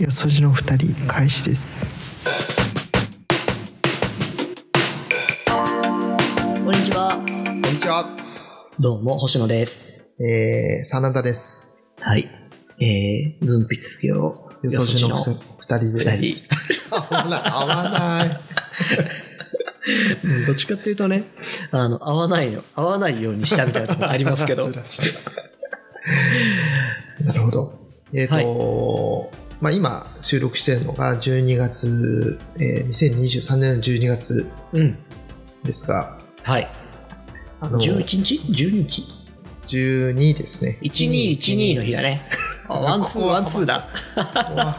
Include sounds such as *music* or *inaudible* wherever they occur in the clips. よそじの2人開始ですこんにちは。こんにちは。どうも、星野です。えー、真田です。はい。えー、文筆業、よそじのよ二人二で人す。。合わない、合わない。うんどっちかっていうとね、あの、合わないよ、合わないようにしたみたいなとこ *laughs* ありま *laughs* すけど。ずらしてなるほど。えっ、と、まあ今収録してるのが12月、えー、2023年の12月うん。ですが、はい。あの、 11日 ?12 日12ですね。 ?1212 の日だね。あワンツー、ワンツーだ。ここは。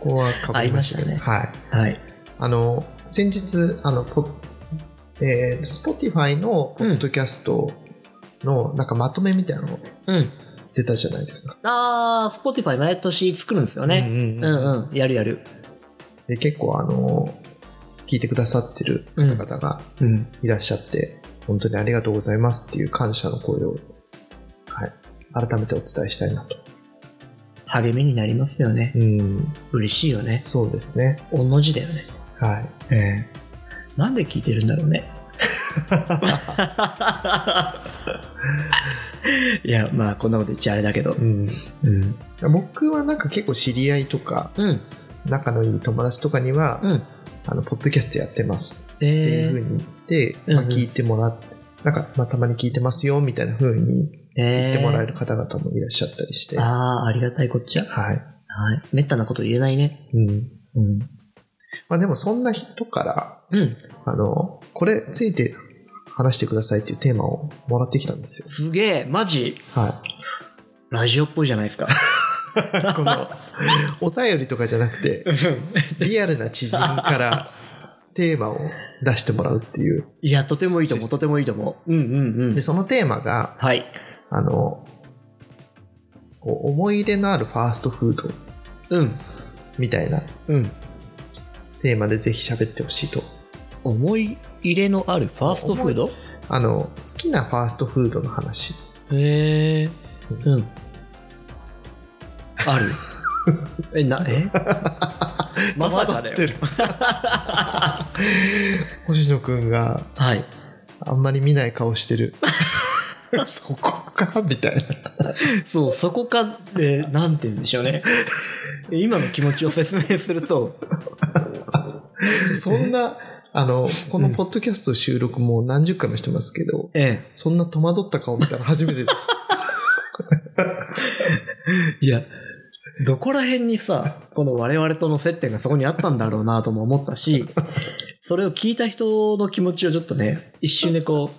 ここはかぶりましたけど合いましはい。はい。あの、先日、あの、ポえー、Spotify のポッドキャストのなんかまとめみたいなのうん。出たじゃないですか。あー、Spotify 毎年作るんですよね。うんうんうん、やるやる。で、結構あの、聞いてくださってる方々がうん。いらっしゃって、本当にありがとうございますっていう感謝の声を、はい、改めてお伝えしたいなと。励みになりますよね。うん、嬉しいよね。そうですね。おんの字だよね。はい。なんで聞いてるんだろうね。いや、まあ、こんなこと言っちゃあれだけどう。ん、うん。僕はなんか結構知り合いとか、うん。仲のいい友達とかには、うん。あの、ポッドキャストやってますえっていうふうー、に言って、うんまあ、聞いてもらって、なんか、まあ、たまに聞いてますよみたいなふうに言言ってもらえる方々もいらっしゃったりして、は。ああ、ありがたいこっちゃ。はいい。めったなこと言えないね。うん。うん。まあ、でも、そんな人から、うん。あの、これついて話してくださいっていうテーマをもらってきたんですよ。すげえ、マジ、 *laughs* はい。ラジオっぽいじゃない *laughs* ですか。この、お便りとかじゃなくて、リアルな知人からテーマを出してもらうっていう。いや、とてもいいと思う、とてもいいと思う。うんうんうんで、。そのテーマが、はい。あの、こう思い入れのあるファーストフードうん。みたいなうん。テーマでぜひ喋ってほしいと。思い入れのあるファーストフードあの、好きなファーストフードの話。へえ。そううん。あ *laughs* る。え、な、えまさかだ戸惑っ *laughs* よ。てる星野くんがはい。あんまり見ない顔してる。 *laughs* そこかみたいな。そう、そこか、えー、なんて言うんでしょうね。え *laughs* 今の気持ちを説明すると、そんな、あの、このポッドキャスト収録もう何十回もしてますけど、えそんな戸惑った顔見たの初めてです。 *laughs* え、いや、どこら辺にさ、この我々との接点がそこにあったんだろうなとも思ったし、それを聞いた人の気持ちをちょっとね、一瞬でこ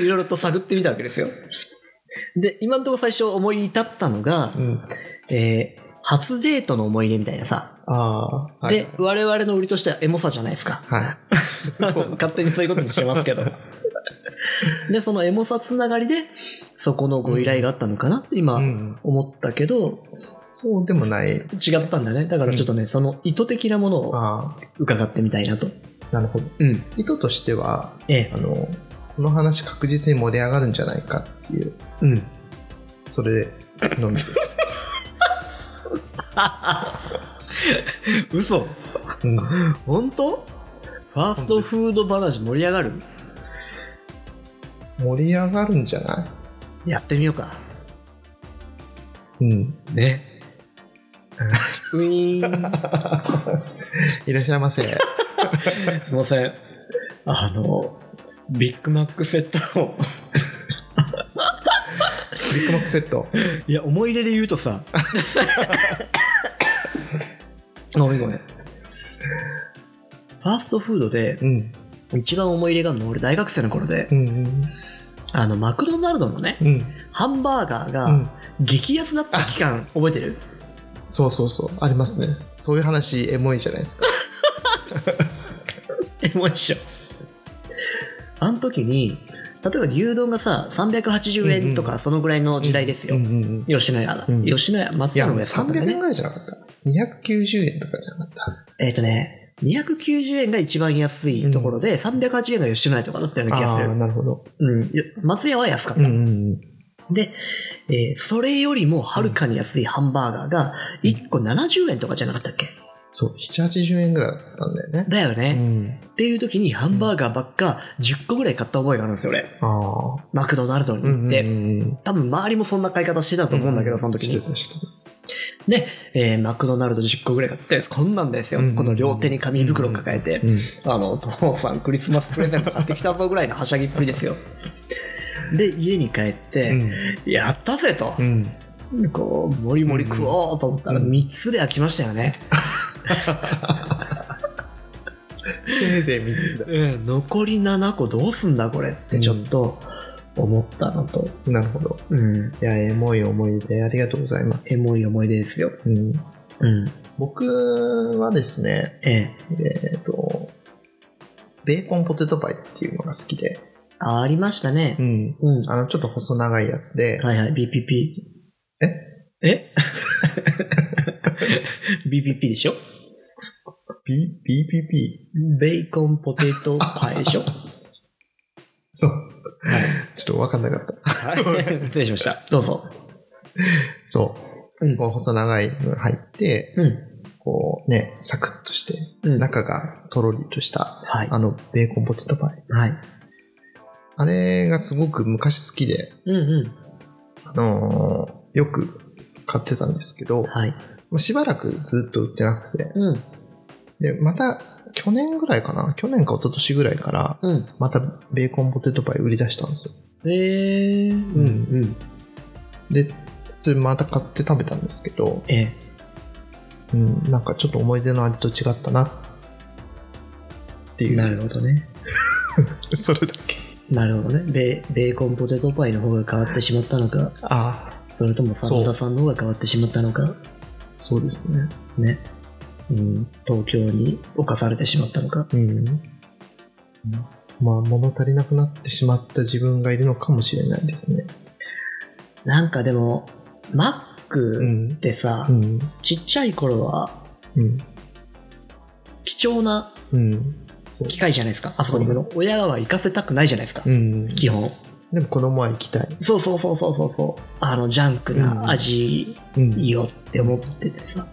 う、いろいろと探ってみたわけですよ。で、今のところ最初思い至ったのが、うん。えー初デートの思い出みたいなさ。ああー。はいで、我々の売りとしてはエモさじゃないですか。はい。 *laughs* そう *laughs* 。勝手にそういうことにしてますけど。で、そのエモさつながりで、そこのご依頼があったのかなってう今ん。思ったけど、そうでもない。違ったんだね。だからちょっとね、その意図的なものをあ伺ってみたいなと。あ、なるほど。うん。意図としては、ええあ。の、この話確実に盛り上がるんじゃないかっていう、うん。それのみです。 *laughs* 嘘うん本当ファーストフード話盛り上がる盛り上がるんじゃなやってみようか。いうん。ね。ウィーン。いらっしゃいませ。すいません。あの、ビッグマックセットを。ビッグマックセット。いや、思い出で言うとさ。ごめんごめん。ファーストフードで、うん。一番思い入れがあるの、俺大学生の頃でう、ん。あの、マクドナルドのね、うん。ハンバーガーうがん。激安だった期間、覚えてるそうそうそう。ありますね。そういう話、エモいじゃないですか。 *laughs* え、もう一緒。あの時に、例えば牛丼がさ、380円とうんうか、そのぐらいの時代ですよ。うんうんうん。吉野家だ。うん吉野家、松いや、屋のやつだったんだよ300ね円ぐらいじゃなかった。290円とかじゃなかっえっ、とね、290円が一番安いところで、380円が吉野家とかだったようた。な気がすああー、る。なるほど。うん。よ松屋は安かった。んんで、えーそれよりもはるかに安いハンバーガーが1個70円とかじゃなかったっけそう、7、80円ぐらいだったんだよね。だようね、ん。っていう時にハンバーガーばっか10個ぐらい買った覚えがあるんですよ、俺。ああ。マクドナルドに行って。うん多分周りもそんな買い方してたと思うんだけど、その時しにて。た、してで、えーマクドナルド10個ぐらい買って、こんなんですよ。うんこの両手に紙袋抱えてた。、うん。あの、トモさんクリスマスプレゼント買ってきたぞぐらいのはしゃぎっぷりですよ。で、家に帰って、やったぜとう。ん。こう、もりもり食おうと思ったらうん3つで飽きましたよね。せいぜい3つだ。うん、残り7個どうすんだこれってちょっと思ったのと、なるほど。うん、いや、エモい思い出ありがとうございます。エモい思い出ですよ。うん、うん。僕はですね、ええ。えっ、と、ベーコンポテトパイっていうのが好きで、あありましたねう。ん。うん。あの、ちょっと細長いやつで、はいはい、BPP。え *laughs* え ?BPP でしょ B、BPP? ベーコンポテトパイで *laughs* しょはそう。い。ちょっとわかんなかった。はい。失礼しました。どうぞ。そう。うんこう細長いのが入って、うん。こうね、サクッとして、うん。中がとろりとした、はい。あの、ベーコンポテトパイ。はい。あれがすごく昔好きで、うんうあのーよく買ってたんですけどん。、はい。まあしばらくずっと売ってなくて、うん。で、また、去年ぐらいかな去年か一昨年ぐらいから、うまたベーコンポテトパイ売り出したんですん。えー。うんうん。よ。で、それまた買って食べたんですけど、ええ。うん、なんかちょっと思い出の味と違ったな。っていなう。るほどね。 *laughs* それだけ。なるほどね。ベーベーコンポテトパイの方が変わってしまったのか、ああ、それともサンタさんの方が変わってしまったのか、そうですね。ね。うん、東京に侵されてしまったのか。うん。まあ、物足りなくなってしまった自分がいるのかもしれないですね。なんかでも、マッうクんっ。てさ、うん。ちっちゃい頃はうん。貴重なうん。そう。機会じゃないですか、あそこに行くの。親は行かせたくないじゃないですか、うん。基本。でも子供は行きたい。そうそうそうそうそうそう。あの、ジャンクな味うんいいよって思っててさ。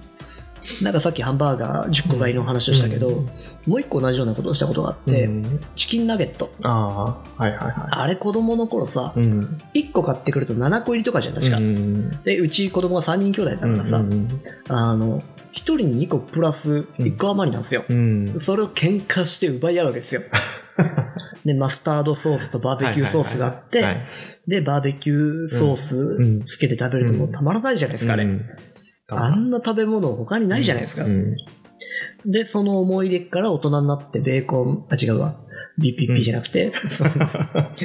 なんかさっきハンバーガー10個買いの話をしたけど、うんもう一個同じようなことをしたことがあって、うんチキンナゲット。ああ、はいはいはあれ子供の頃さい。、うん。 1個買ってくると7個入りとかじゃん、確か。うんで、うち子供が3人兄弟だからさ、うんあの、1人に2個プラス1個余りなんですよ。うんそれを喧嘩して奪い合うわけで *laughs* すよ。で、マスタードソースとバーベキューソースがあって、はいはいで、バーベキューソーんスつけて食べるともうたまらないじゃないですか、はあいれ。うんあんな食べ物他にないじゃないですか。うんで、その思い出から大人になってベーコン、あ、違うわ。BPP じゃなくて、*laughs* その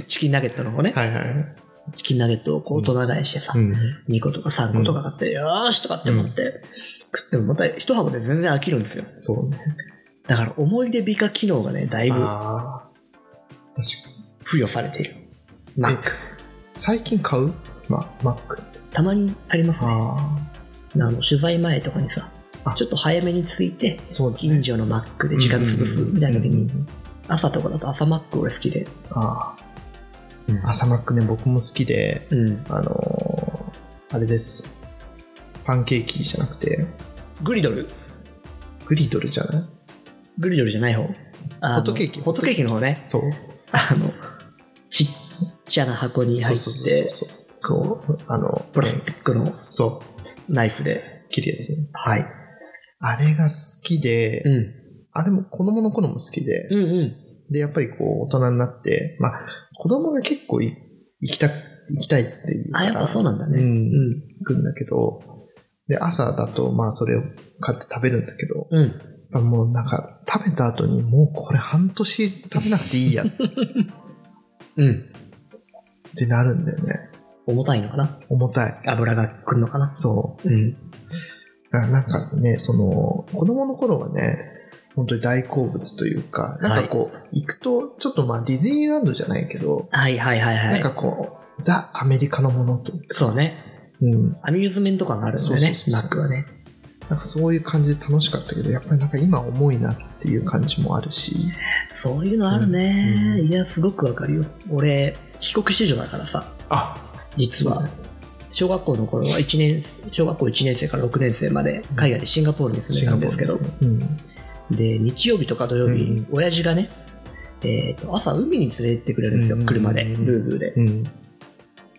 チキンナゲットの方ね、はいはい。チキンナゲットをこう大人買いしてさ、うん2個とか3個とか買って、よーしとかって思って、食ってもまた一箱で全然飽きるんですよ。そうね。だから思い出美化機能がね、だいぶああ。確かに。付与されている。マック。最近買うま、マック。たまにありますね。ああの、取材前とかにさあ、ちょっと早めに着いて、あ。そうだね近所のマックで時間潰すみたいな時うんに、うんうん朝とかだと朝マック俺好きで。ああ。朝マックね、僕も好きで、うん。あのー、あれです。パンケーキじゃなくて、グリドルグリドルじゃないグリドルじゃない方。ホホットケーキホットケーキの方ね。そう。あの、ちっちゃな箱にそ入うっそうそうて、そう。そう。あの、プラスチックのそナイフで。う。切るやつね。はい。あれが好きで、うん。あれも子供の頃も好きで、うんうん。で、やっぱりこう大人になって、まあ、子供が結構い行きた、行きたいっていうから。あ、やっぱそうなんだう、ね。うん行ん。くんだけど、で、朝だとまあそれを買って食べるんだけど、うん。やっぱもうなんか食べた後にもうこれ半年食べなくていいやっうん。てなるんだよね。重たいのかな重たい。油がくんのかなそう。うん。だからなんかね、その、子供の頃はね、本当に大好物というか、なんかこう、行くと、ちょっとまあディズニーランドじゃないけど、はいはいはいはい。なんかこう、ザ・アメリカのものと、そうね。うん、アミューズメント感があるんだよそうねそう、そうそうマックはね。なんかそういう感じで楽しかったけど、やっぱりなんか今重いなっていう感じもあるし、そういうのあるね。うんいや、すごくわかるよ。俺、帰国子女だからさ、あ実は。小学校の頃は1年、小学校1年生から6年生まで海外でシンガポールに住んでたんですけど、うん。で、日曜日とか土曜日、うん親父がね、えっ、と、朝海に連れてってくれるんですよ、うん車で、ルーブルで。うん。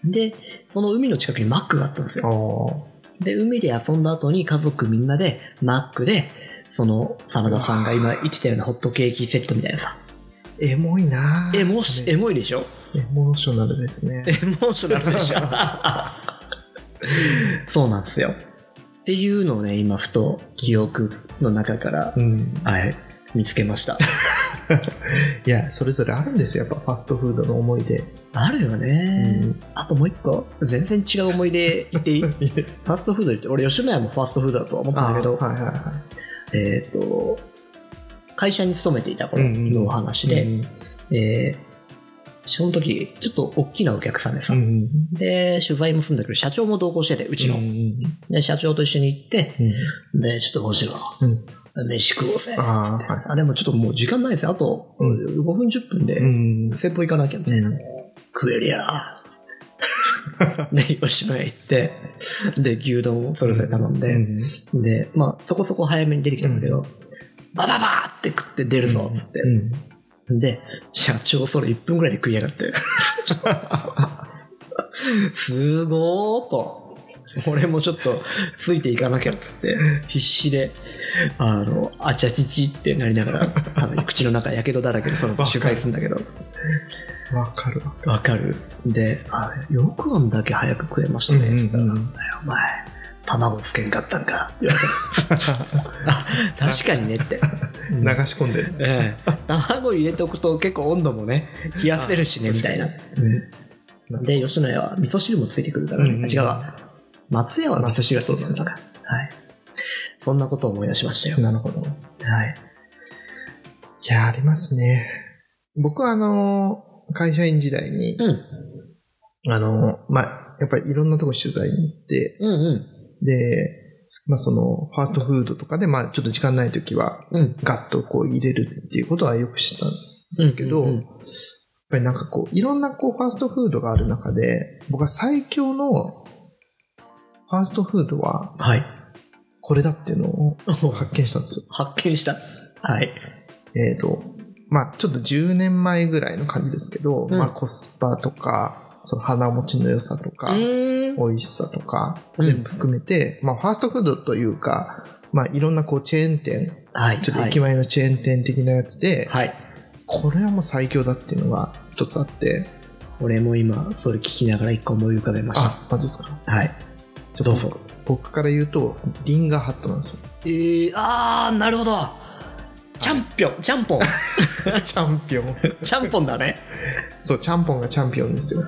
で、その海の近くにマックがあったんですあよ。あ。で、海で遊んだ後に家族みんなで、マックで、その、真田さんが今生きてるようなホットケーキセットみたいなさ。エモいなぁエモそし、れエモいでしょエモーショナルですね。エモーショナルでしょ *laughs* そうなんですよ。っていうのをね、今、ふと記憶の中から、うん。はい、見つけました。いや、それぞれあるんですよ。やっぱファストフードの思い出。あるようね。ん。あともう一個、全然違う思い出言っ *laughs* ていいファストフード言って、俺、吉野家もファストフードだとは思ったんだけど、はいはいはえっ、と、会社に勤めていた頃うんうんのお話い。で、うんえーその時、ちょっと大きなお客さんでさ、うん。で、取材も済んだけど、社長も同行してて、うちの。うんで、社長と一緒に行って、うん。で、ちょっと星野、飯食おうぜ。つってあーはいあ、でもちょっともう時間ないですよ。あと、う5分10分でう、ん。先方行かなきゃみたいな。食えるやろ。つって *laughs* で、吉野家行って、で、牛丼をそれぞれ頼んで、うんで、まあ、そこそこ早めに出てきたんだけど、バババーって食って出るぞ、つって。うん。で、社長それ1分ぐらいで食いやが *laughs* って。すごーと。俺もちょっとついていかなきゃっつって、必死で、あの、あちゃちちってなりながら、多分口の中やけどだらけでその取材するんだけど。わかるわかわかるで、あよくあんだけ早く食えましたね、つったら、うんうんうんなんだよお前、卵つけんかったんかって言われて、あ確かにねって。る。 *laughs* 流し込んでる。 *laughs* ええ、卵入れておくと結構温度もね冷やせるしねあみたいな確うんなるほどで吉野家は味噌汁もついてくるからね、うんうんあ違うわ松屋は味噌汁がついてくるのか、はい、そんなことを思い出しましたよ、なるほど。いはい、や、ありますね。僕はあの、会社員時代に、うんあの、まあ、やっぱりいろんなとこ取材に行って、うんで、まあ、その、ファーストフードとかで、まあ、ちょっと時間ないときは、うんうんガッとこう入れるっていうことはよくしてたんですけど、うんうんうんやっぱりなんかこう、いろんなこう、ファーストフードがある中で、僕は最強の、ファーストフードは、はいこれだっていうのをお発見したんです発見したはいよ。えっ、と、まあ、ちょっと10年前ぐらいの感じですけど、うんまあ、コスパとか、その鼻持ちの良さとか、うん美味しさとかうん全部含めて、まあ、ファーストフードというか、まあ、いろんなこうチェーン店はいちょっとは駅い前のチェーン店的なやつで、はいこれはもう最強だっていうのが一つあって俺も今それ聞きながら一個思い浮かべましあマジですかたはいちょどうぞ僕僕から言うとリンガーハットなんですよえー、あーなるほどチャンピオンチャンポン *laughs* チャンピオンチャンポンだね *laughs* そうちゃんぽんがチャンピオンですよ、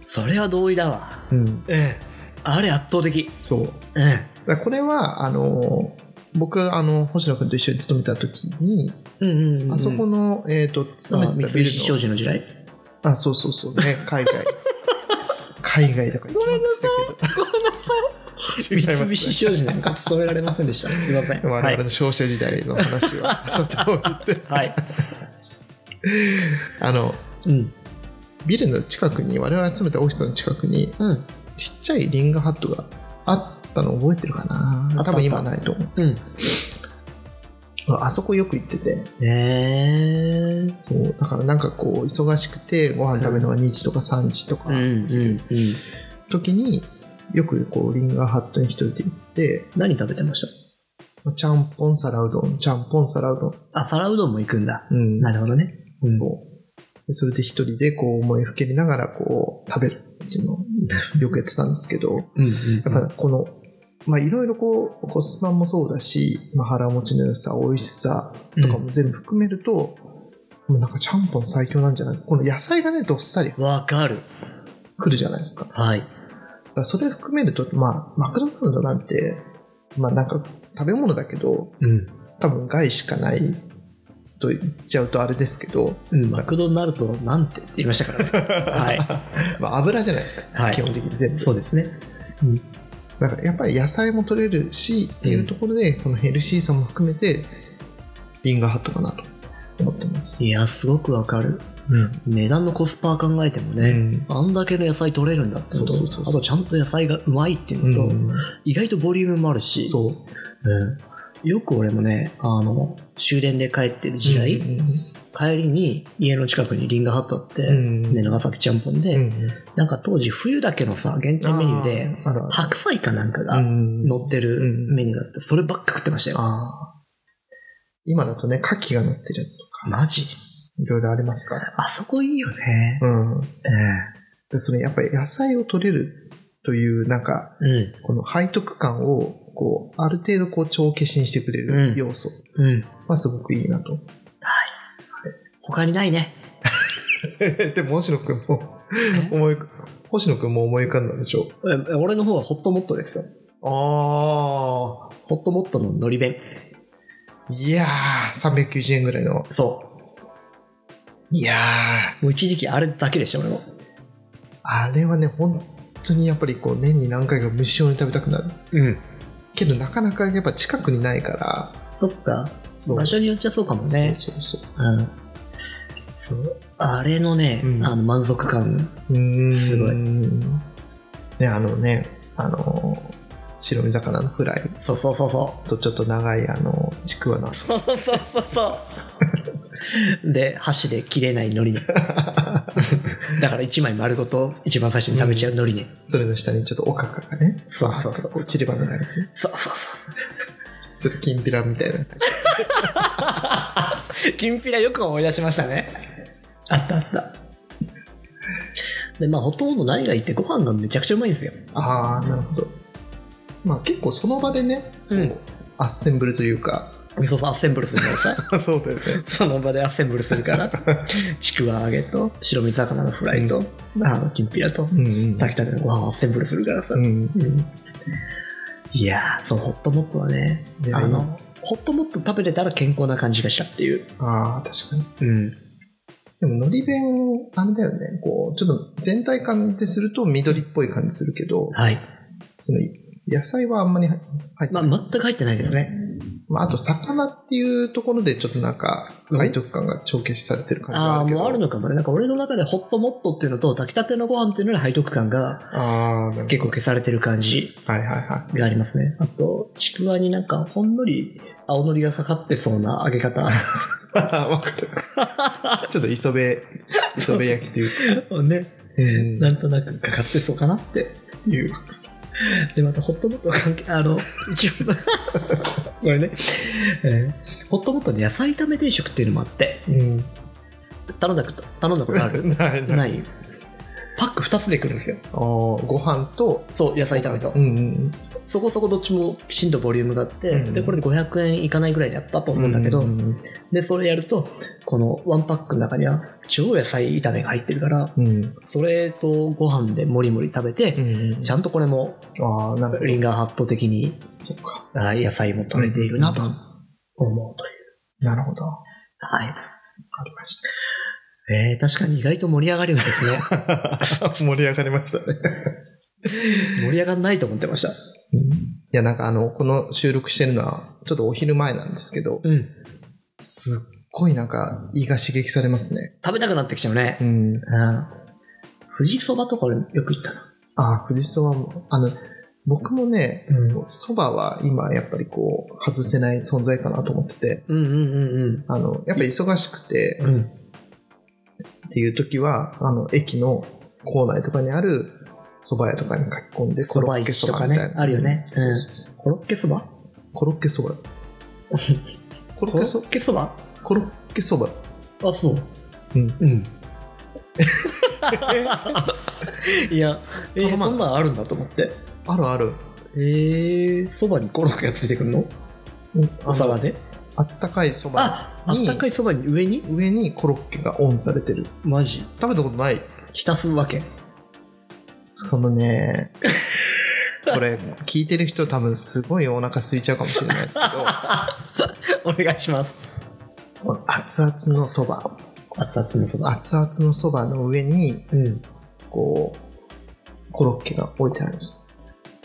それは同意だわうん、ええあれ圧倒的そうだええからこれはあの僕あの星野君と一緒に勤めた時に、うんうんうんうんあそこの、えー、と勤めあて三たビル菱の商事の時代あ、そうそうそうね、海 *laughs* 外。海外とか行きましたけ *laughs* ど。違います、ね。三菱商事なんか勤められませんで *laughs* したすいません我はい々の商社時代の話 *laughs* は、さておいて、はいあの、うんビルの近くに、我々が住めたオフィスの近くに、うんちっちゃいリンガーハットがあったの覚えてるかあなっ多た分今ないと思う。うんあそこよく行ってて、ええそう、だからなんかこう、忙しくて、ご飯食べるのが2時とか3時とか、うんうんうん時に、よくこう、リンガーハットに一人で行って、何食べてましちゃんぽん皿うどん、ちゃんぽん皿うどん、たあ皿うどんも行くんだうんなるほどねうんそう。でそれで一人でこう思いふけりながらこう食べるっていうのをよくやってたんですけど、うんうんやっぱこの、まあいろいろこうコスパもそうだし、まあ、腹持ちの良さ、美味しさとかも全部含めると、もうなんかちゃんぽん最強なんじゃないこの野菜がね、どっさりわかる来るじゃないですか。だはいからそれ含めると、まあマクドナルドなんて、まあなんか食べ物だけど、うん多分害しかないと言っちゃうとあれですけど、うん、マクドナルドなんてって言いまし *laughs* たからね。はまあ油じゃないですか。い。はい。基本的に全部。そうですね。だからやっぱり野菜も取れるしっていうところで、そのヘルシーさも含めてリンガーハットかなと思ってます。いや、すごくわかる。うん。値段のコスパ考えてもね、あんだけの野菜取れるんだってのとそうそうそうそうあとちゃんと野菜がうまいっていううのと、ん。意外とボリュームもあるし、そう。うんよく俺もね、あの、終電で帰ってる時代、うん帰りに家の近くにリンガハットあって、うんで長崎ちゃんぽんで、うん。なんか当時冬だけのさ、限定メニューで、あーあるある白菜かなんかうがん乗ってるうんメニューだって、そればっか食ってましたよ。ああ。今だとね、牡蠣が乗ってるやつとか、マジいろいろありますから。あそこいいよね。うん。えで、そのやっぱり野菜を取れるという、なんか、えうん。この背徳感を、こう、ある程度こう、帳消しにしてくれるうん要素うん。はすごくいいなと。他にないね。 *laughs* でも、星野くんもえ思い浮か、星野くんも思い浮かんだんでしょえ俺の方はホットモットですよ。う。ああ。ホットモットののり弁。いやー、390円ぐらいの。そいやう。もう一時期あれだけでした、俺も。ー、あれはね、本当にやっぱりこう、年に何回か無性に食べたくなる。うん。けど、なかなかやっぱ近くにないから、そっか。そう場所によっちゃそうかもね。そうそうそううん。そう。あれのね、うんあの満足感。うーんすごいねあのねあのー白身魚のフライそうそうそうそとちょっと長いあのちくわのう。 *laughs* そうそうそうそう。 *laughs* で、箸で切れない海苔 *laughs* ね。だから一枚丸ごと一番最初に食べちゃう海苔ね。それの下にちょっとおかかがねそうそうバーッそうとこう散りばめられてそうそうそちょっときんぴらみたいなう。 *laughs* きんぴらよく思い出しましたね。あったあった。で、まあほとんど何がいいってご飯がめちゃくちゃうまいんですよ。ああなるほどまあ結構その場でねうん。アッセンブルというか *laughs* そうそう、アッセンブルするのさ。 *laughs* そうだよねその場でアッセンブルするから、ちくわ揚げと、白身魚のフライと、あの、きんぴらと、うん炊きたてのご飯をアッセンブルするからさ。うん、うん、うんいやー、そのホットモットはねい、やあいいの、ホットモット食べれたら健康な感じがしたっていう。ああ確かにうん。でも、のり弁、あれだよね。こう、ちょっと全体感ですると緑っぽい感じするけど、はい。その、野菜はあんまり入入ってまなあ、い。全く入ってないですね。まあ、あと、魚っていうところで、ちょっとなんか、うん背徳感が帳消しされてる感じがあああ、るけど。もうあるのかもね。なんか俺の中でホットモットっていうのと、炊きたてのご飯っていうのに背徳感があーなるほど結構消されてる感じはいはいはがありますね。あと、ちくわになんかほんのり青のりがかかってそうな揚げ方。 *laughs* い。 *laughs* わかる。ちょっと磯 *laughs* 辺、磯辺焼きというか。ね、うんなんとなくかかってそうかなっていう。で、またホットモットの関係、あの、 *laughs* 一応、これね、えーホットモットの野菜炒め定食っていうのもあって、頼んだこと、頼んだこと *laughs* あるないない。ないパック2つで来るんですよ。あーご飯と、そう、野菜炒めとう。んうんそこそこどっちもきちんとボリュームがあって、うんで、これで500円いかないぐらいだったとうん。思うんだけど、うんうんで、それやると、このワンパックの中には超野菜炒めが入ってるから、うん。それとご飯でもりもり食べて、うんうんちゃんとこれもああ、なんか、リンガーハット的にそっか。あ野菜も取れているなと思うという。なるほど。わはい。かりました。えー、確かに意外と盛り上がるんで *laughs* すね。盛り上がりましたね。盛り上がんないと思ってました。いや、なんかあの、この収録してるのは、ちょっとお昼前なんですけど、うん。すっごいなんか胃が刺激されますね。食べたくなってきちゃうね。うん。うん。富士そばとか俺よく行ったな。ああ、富士そばも、あの、僕もね、そばは今やっぱりこう、外せない存在かなと思ってて、うんうんうんあの、やっぱり忙しくてうん。うん。っていう時は、あの、駅の構内とかにある蕎麦屋とかに書き込んで、コロッケそばみたい蕎麦市とかねな。あるよねそうそうそう。コロッケそばコロッケそば。 *laughs* コロコッロケそばッケそばコロッケそば。あ、そう。うん。うん。 *laughs* いや、えー頼まんそんなんあるんだと思って。あるある。えー、そばにコロッケがついてくるのおあの皿であったかいそばああったかいそばに上に上にコロッケがオンされてるマジ食べたことない浸すわけそのねこれ聞いてる人多分すごいお腹空いちゃうかもしれないですけど *laughs* お願いしますこの熱々のそば熱々のそば熱々のそばの上にうんこうコロッケが置いてあるんですよ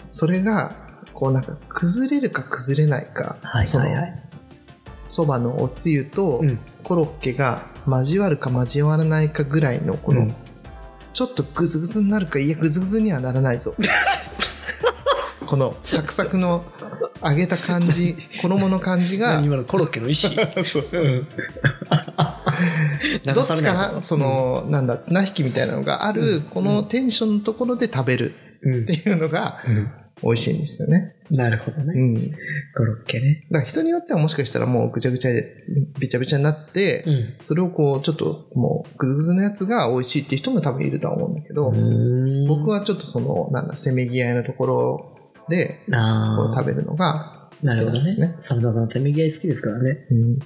それがこうなんか崩れるか崩れないかはいそのはいはいそばのおつゆとうんコロッケが交わるか交わらないかぐらいのこの、うんちょっとグズグズになるかいやグズグズにはならない *laughs* ぞこのサクサクの揚げた感じ *laughs* 衣の感じが何今のコロッケの意思 *laughs* うんどっちか流されいなぞその、なんだ綱引きみたいなのがある、うんこのテンションのところで食べるうんっていうのがうん美味しいんですよね、なるほどね。うん、だコロッケね。から人によってはもしかしたらもうぐちゃぐちゃでびちゃびちゃになって、うん。それをこうちょっともうグズグズのやつが美味しいっていう人も多分いるとは思うんだけど、僕僕は、はちょっとそのなんだせめぎ合いのところでこあうあ、食べるのが好きなるほなどんね。ですねサムダさん、せめぎ合い好きですからね。うん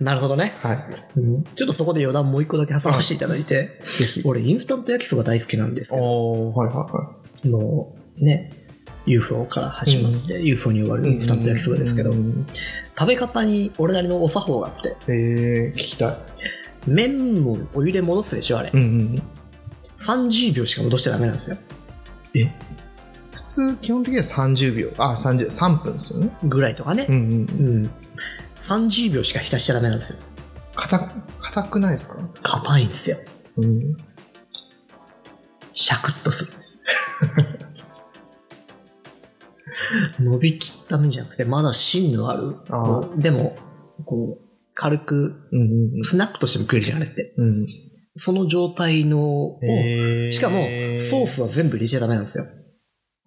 なるほどね。はいうんちょっとそこで余談もう一個だけ挟ませていただいて、ぜひ俺、インスタント焼きそば大好きなんですけど、おーはいはいはあの、ね、UFO から始まって、UFO に終わるいインスタント焼きそばですけど、うん食べ方に俺なりのお作法があって、えー、聞きたい麺をお湯で戻すでしょ、あれ。うんうん30秒しか戻しちゃダメなんですよ。え普通基本的には30秒あ三3 3分ですよねぐらいとかねう。んうんうん。30秒しか浸しちゃダメなんですよ。硬硬くないですか硬いんですよ。うんシャクッとする *laughs* んです。伸びきった目じゃなくて、まだ芯のある。あこうでも、こう、軽く、うんうんスナックとしても食えるじゃん、あれって。うんうんその状態のを、へーしかも、ソースは全部入れちゃダメなんですよ。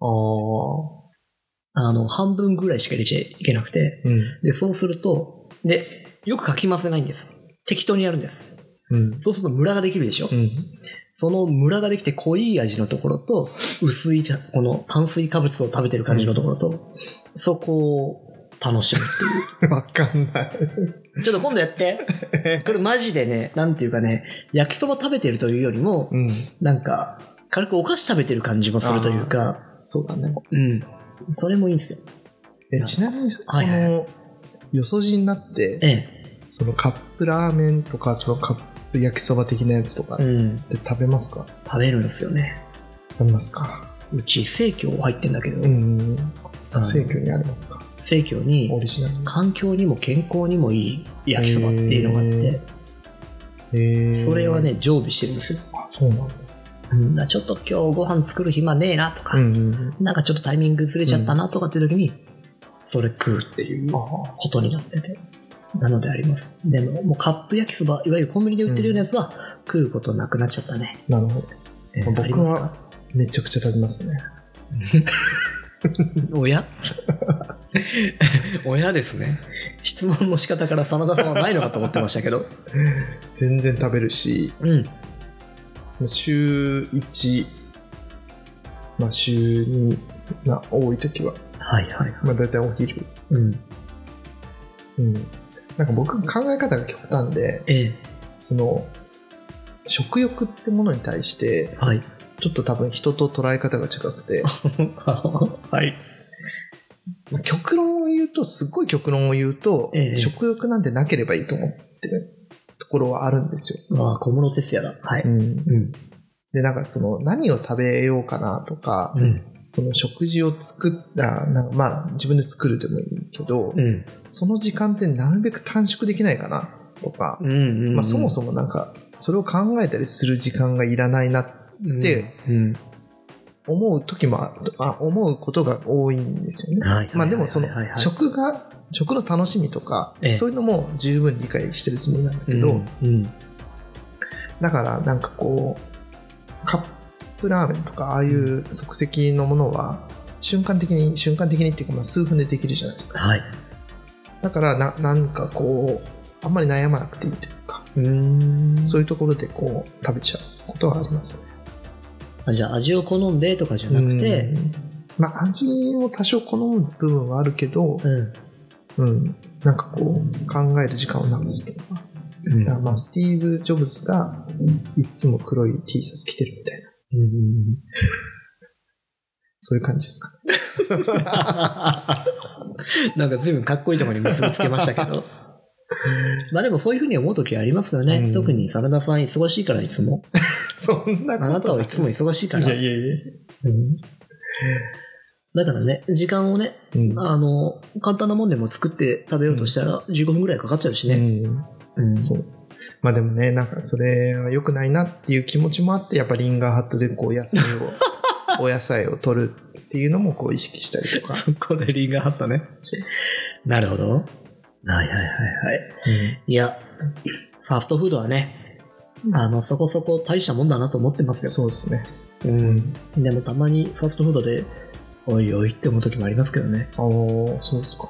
あああの、半分ぐらいしか入れちゃいけなくて。うんで、そうすると、で、よくかき混ぜないんです。適当にやるんです。うんそうするとムラができるでしょ。うん *laughs* そのムラができて濃い味のところと、薄いた、この炭水化物を食べてる感じのところと、そこを楽 *laughs* しむっわかんないていう。ちょっと今度 *laughs* やって。これマジでね、なんていうかね、焼きそば食べてるというよりも、うんなんか、軽くお菓子食べてる感じもするというか、そうだねうん。それもいいんですよ。えちなみに、はいはいこのよそじになってええ。そのカップラーメンとかそのカップ焼きそば的なやつとかっうてん。食べますか、食べるんですよね。食べますかうち、生協入ってんだけどう、んあの生協にありますか生協オに、リジナル環境にも健康にもいい焼きそばっていうのがあって、へーそれはね、常備してるんですよ。あそうなんだうん、だからちょっと今日ご飯作る暇ねえなとか、うんうんうんなんかちょっとタイミングずれちゃったなとかっていう時に、それ食うっていうあことになってて。なのであります。でも、もうカップ焼きそば、いわゆるコンビニで売ってるようなやつは、食うことなくなっちゃったね。なるほどえー僕はめちゃくちゃ食べますねありますか親 *laughs* 親ですね。質問の仕方から真田さんはないのかと思ってましたけど。全然食べるしうん。週1まあ週2まあ多い時は、はいはい。まあ、大体お昼うん。うんなんか僕考え方が極端でええその食欲ってものに対してはい。ちょっと多分人と捉え方が違くて *laughs* はい。まあ極論を言うとすっごい極論を言うと、ええ食欲なんてなければいいと思ってるところはあるんですああ、小室哲也だ。はよ、い。うん。でなんかその何を食べようかなとか、うん。その食事を作ったなんかまあ自分で作るでもいいけど、うん。その時間ってなるべく短縮できないかなとか、うんうんうんまあ、そもそもなんかそれを考えたりする時間がいらないなってでうん思う時もああ思うことが多いんですよね。はいまあでもそのはいはいはい食が食の楽しみとか、ええそういうのも十分理解してるつもりなんだけど、うんだからなんかこうカップラーメンとかああいう即席のものは瞬間的に瞬間的にっていうかまあ数分でできるじゃないですかはいだからななんかこうあんまり悩まなくていいというかうんそういうところでこう食べちゃうことはありますねあじゃあ味を好んでとかじゃなくてうんまあ味も多少好む部分はあるけど、うんうん、なんかこう考える時間をなくすとか、うんだからまあ、スティーブ・ジョブズがいつも黒い T シャツ着てるみたいなうんそういう感じですかねなんか随分かっこいいところに結びつけましたけど *laughs* まあでもそういうふうに思う時ありますよね、うん特に真田さん忙しいからいつもそんなあなたはいつも忙しいからいやいやいやうんだからね、時間をね、うんあの、簡単なもんでも作って食べようとしたら15分ぐらいかかっちゃうしね。うんうんそう。まあでもね、なんかそれは良くないなっていう気持ちもあって、やっぱリンガーハットでこう野菜 *laughs* を、お野菜を取るっていうのもこう意識したりとか。そこでリンガーハットね。そうなるほど。はいはいはいはい。いや、ファストフードはね、あの、そこそこ大したもんだなと思ってますよ。そうですね。うん。でもたまにファストフードで、おいおいって思う時もありますけどね。ああ、そうですか。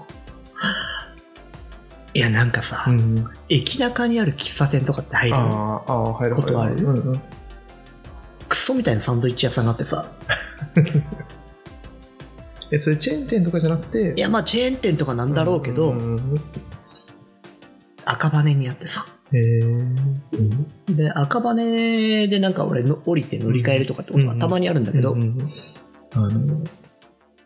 いや、なんかさ、うん。駅中にある喫茶店とかって入るあーあー、入ることあ入るる。うんうんクソみたいなサンドイッチ屋さんがあってさ、え、それチェーン店とかじゃなくて。いや、まあチェーン店とかなんだろうけど、んうんうん赤羽にあってさ、へえ。うんで、赤羽でなんか俺の降りて乗り換えるとかってことうはんたまにあるんだけど、うんうんあの、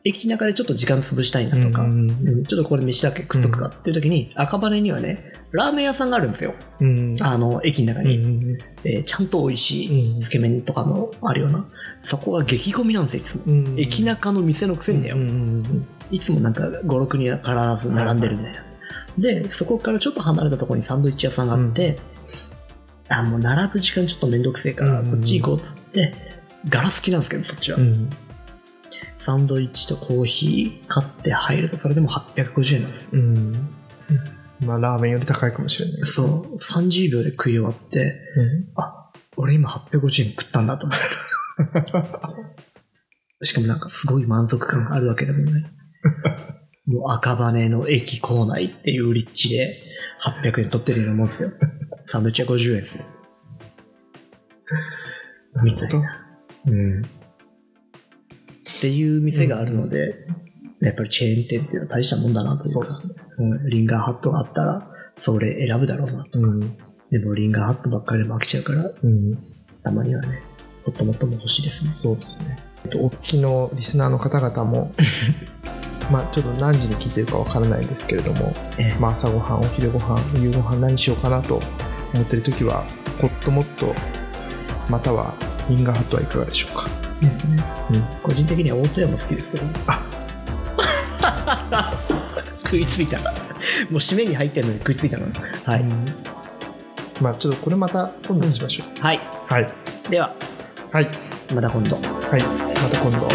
駅中でちょっと時間潰したいなとか、うんうんちょっとこれ飯だけ食っとくかっていう時に、赤羽にはね、ラーメン屋さんがあるんですよ。うん。あの、駅の中うんうに。んえーちゃんと美味しい、つけ麺とかもあるような。そこは激混みなんですよ、いつも。うん。うん駅中の店のくせにだよ。うんうんうんいつもなんか5、6人は必ず並んでるみたいな。で、そこからちょっと離れたところにサンドイッチ屋さんがあって、あ、もう並ぶ時間ちょっとめんどくせえから、うんこっち行こうっつって、ガラス機なんですけど、そっちは。うん。サンドイッチとコーヒー買って入ると、それでも850円なんですよ。うん。まあ、ラーメンより高いかもしれないけど。そう、30秒で食い終わって、うん俺今850円食ったんだと思 *laughs* って。しかもなんかすごい満足感があるわけでもない。もう赤羽の駅構内っていう立地で800円取ってるようなもんですよ。サンドイッチは50円ですよ。みたいな。うん。っていう店があるので、やっぱりチェーン店っていうのは大したもんだなというか、そうですね。うんリンガーハットがあったら、それ選ぶだろうな。うん。でもリンガーハットばっかりでも飽きちゃうから、うん。たまにはね、ほっともっとも欲しいですね。そうですね。えっと、おっきのリスナーの方々 *laughs* も、まあ、ちょっと何時に聞いてるかわからないですけれども、ええまあ、朝ごはん、お昼ごはん、夕ごはん何しようかなと思ってる時は、ほっともっと、またはリンガーハットはいかがでしょうか。ですね。うん個人的には大戸屋も好きですけど。 *laughs* あ食いついた。もう締めに入ってるのに食いついたの。はい。うんまあ、ちょっとこれまた今度にしましょう。はい。はい。では、はい。また今度。はい。また今度。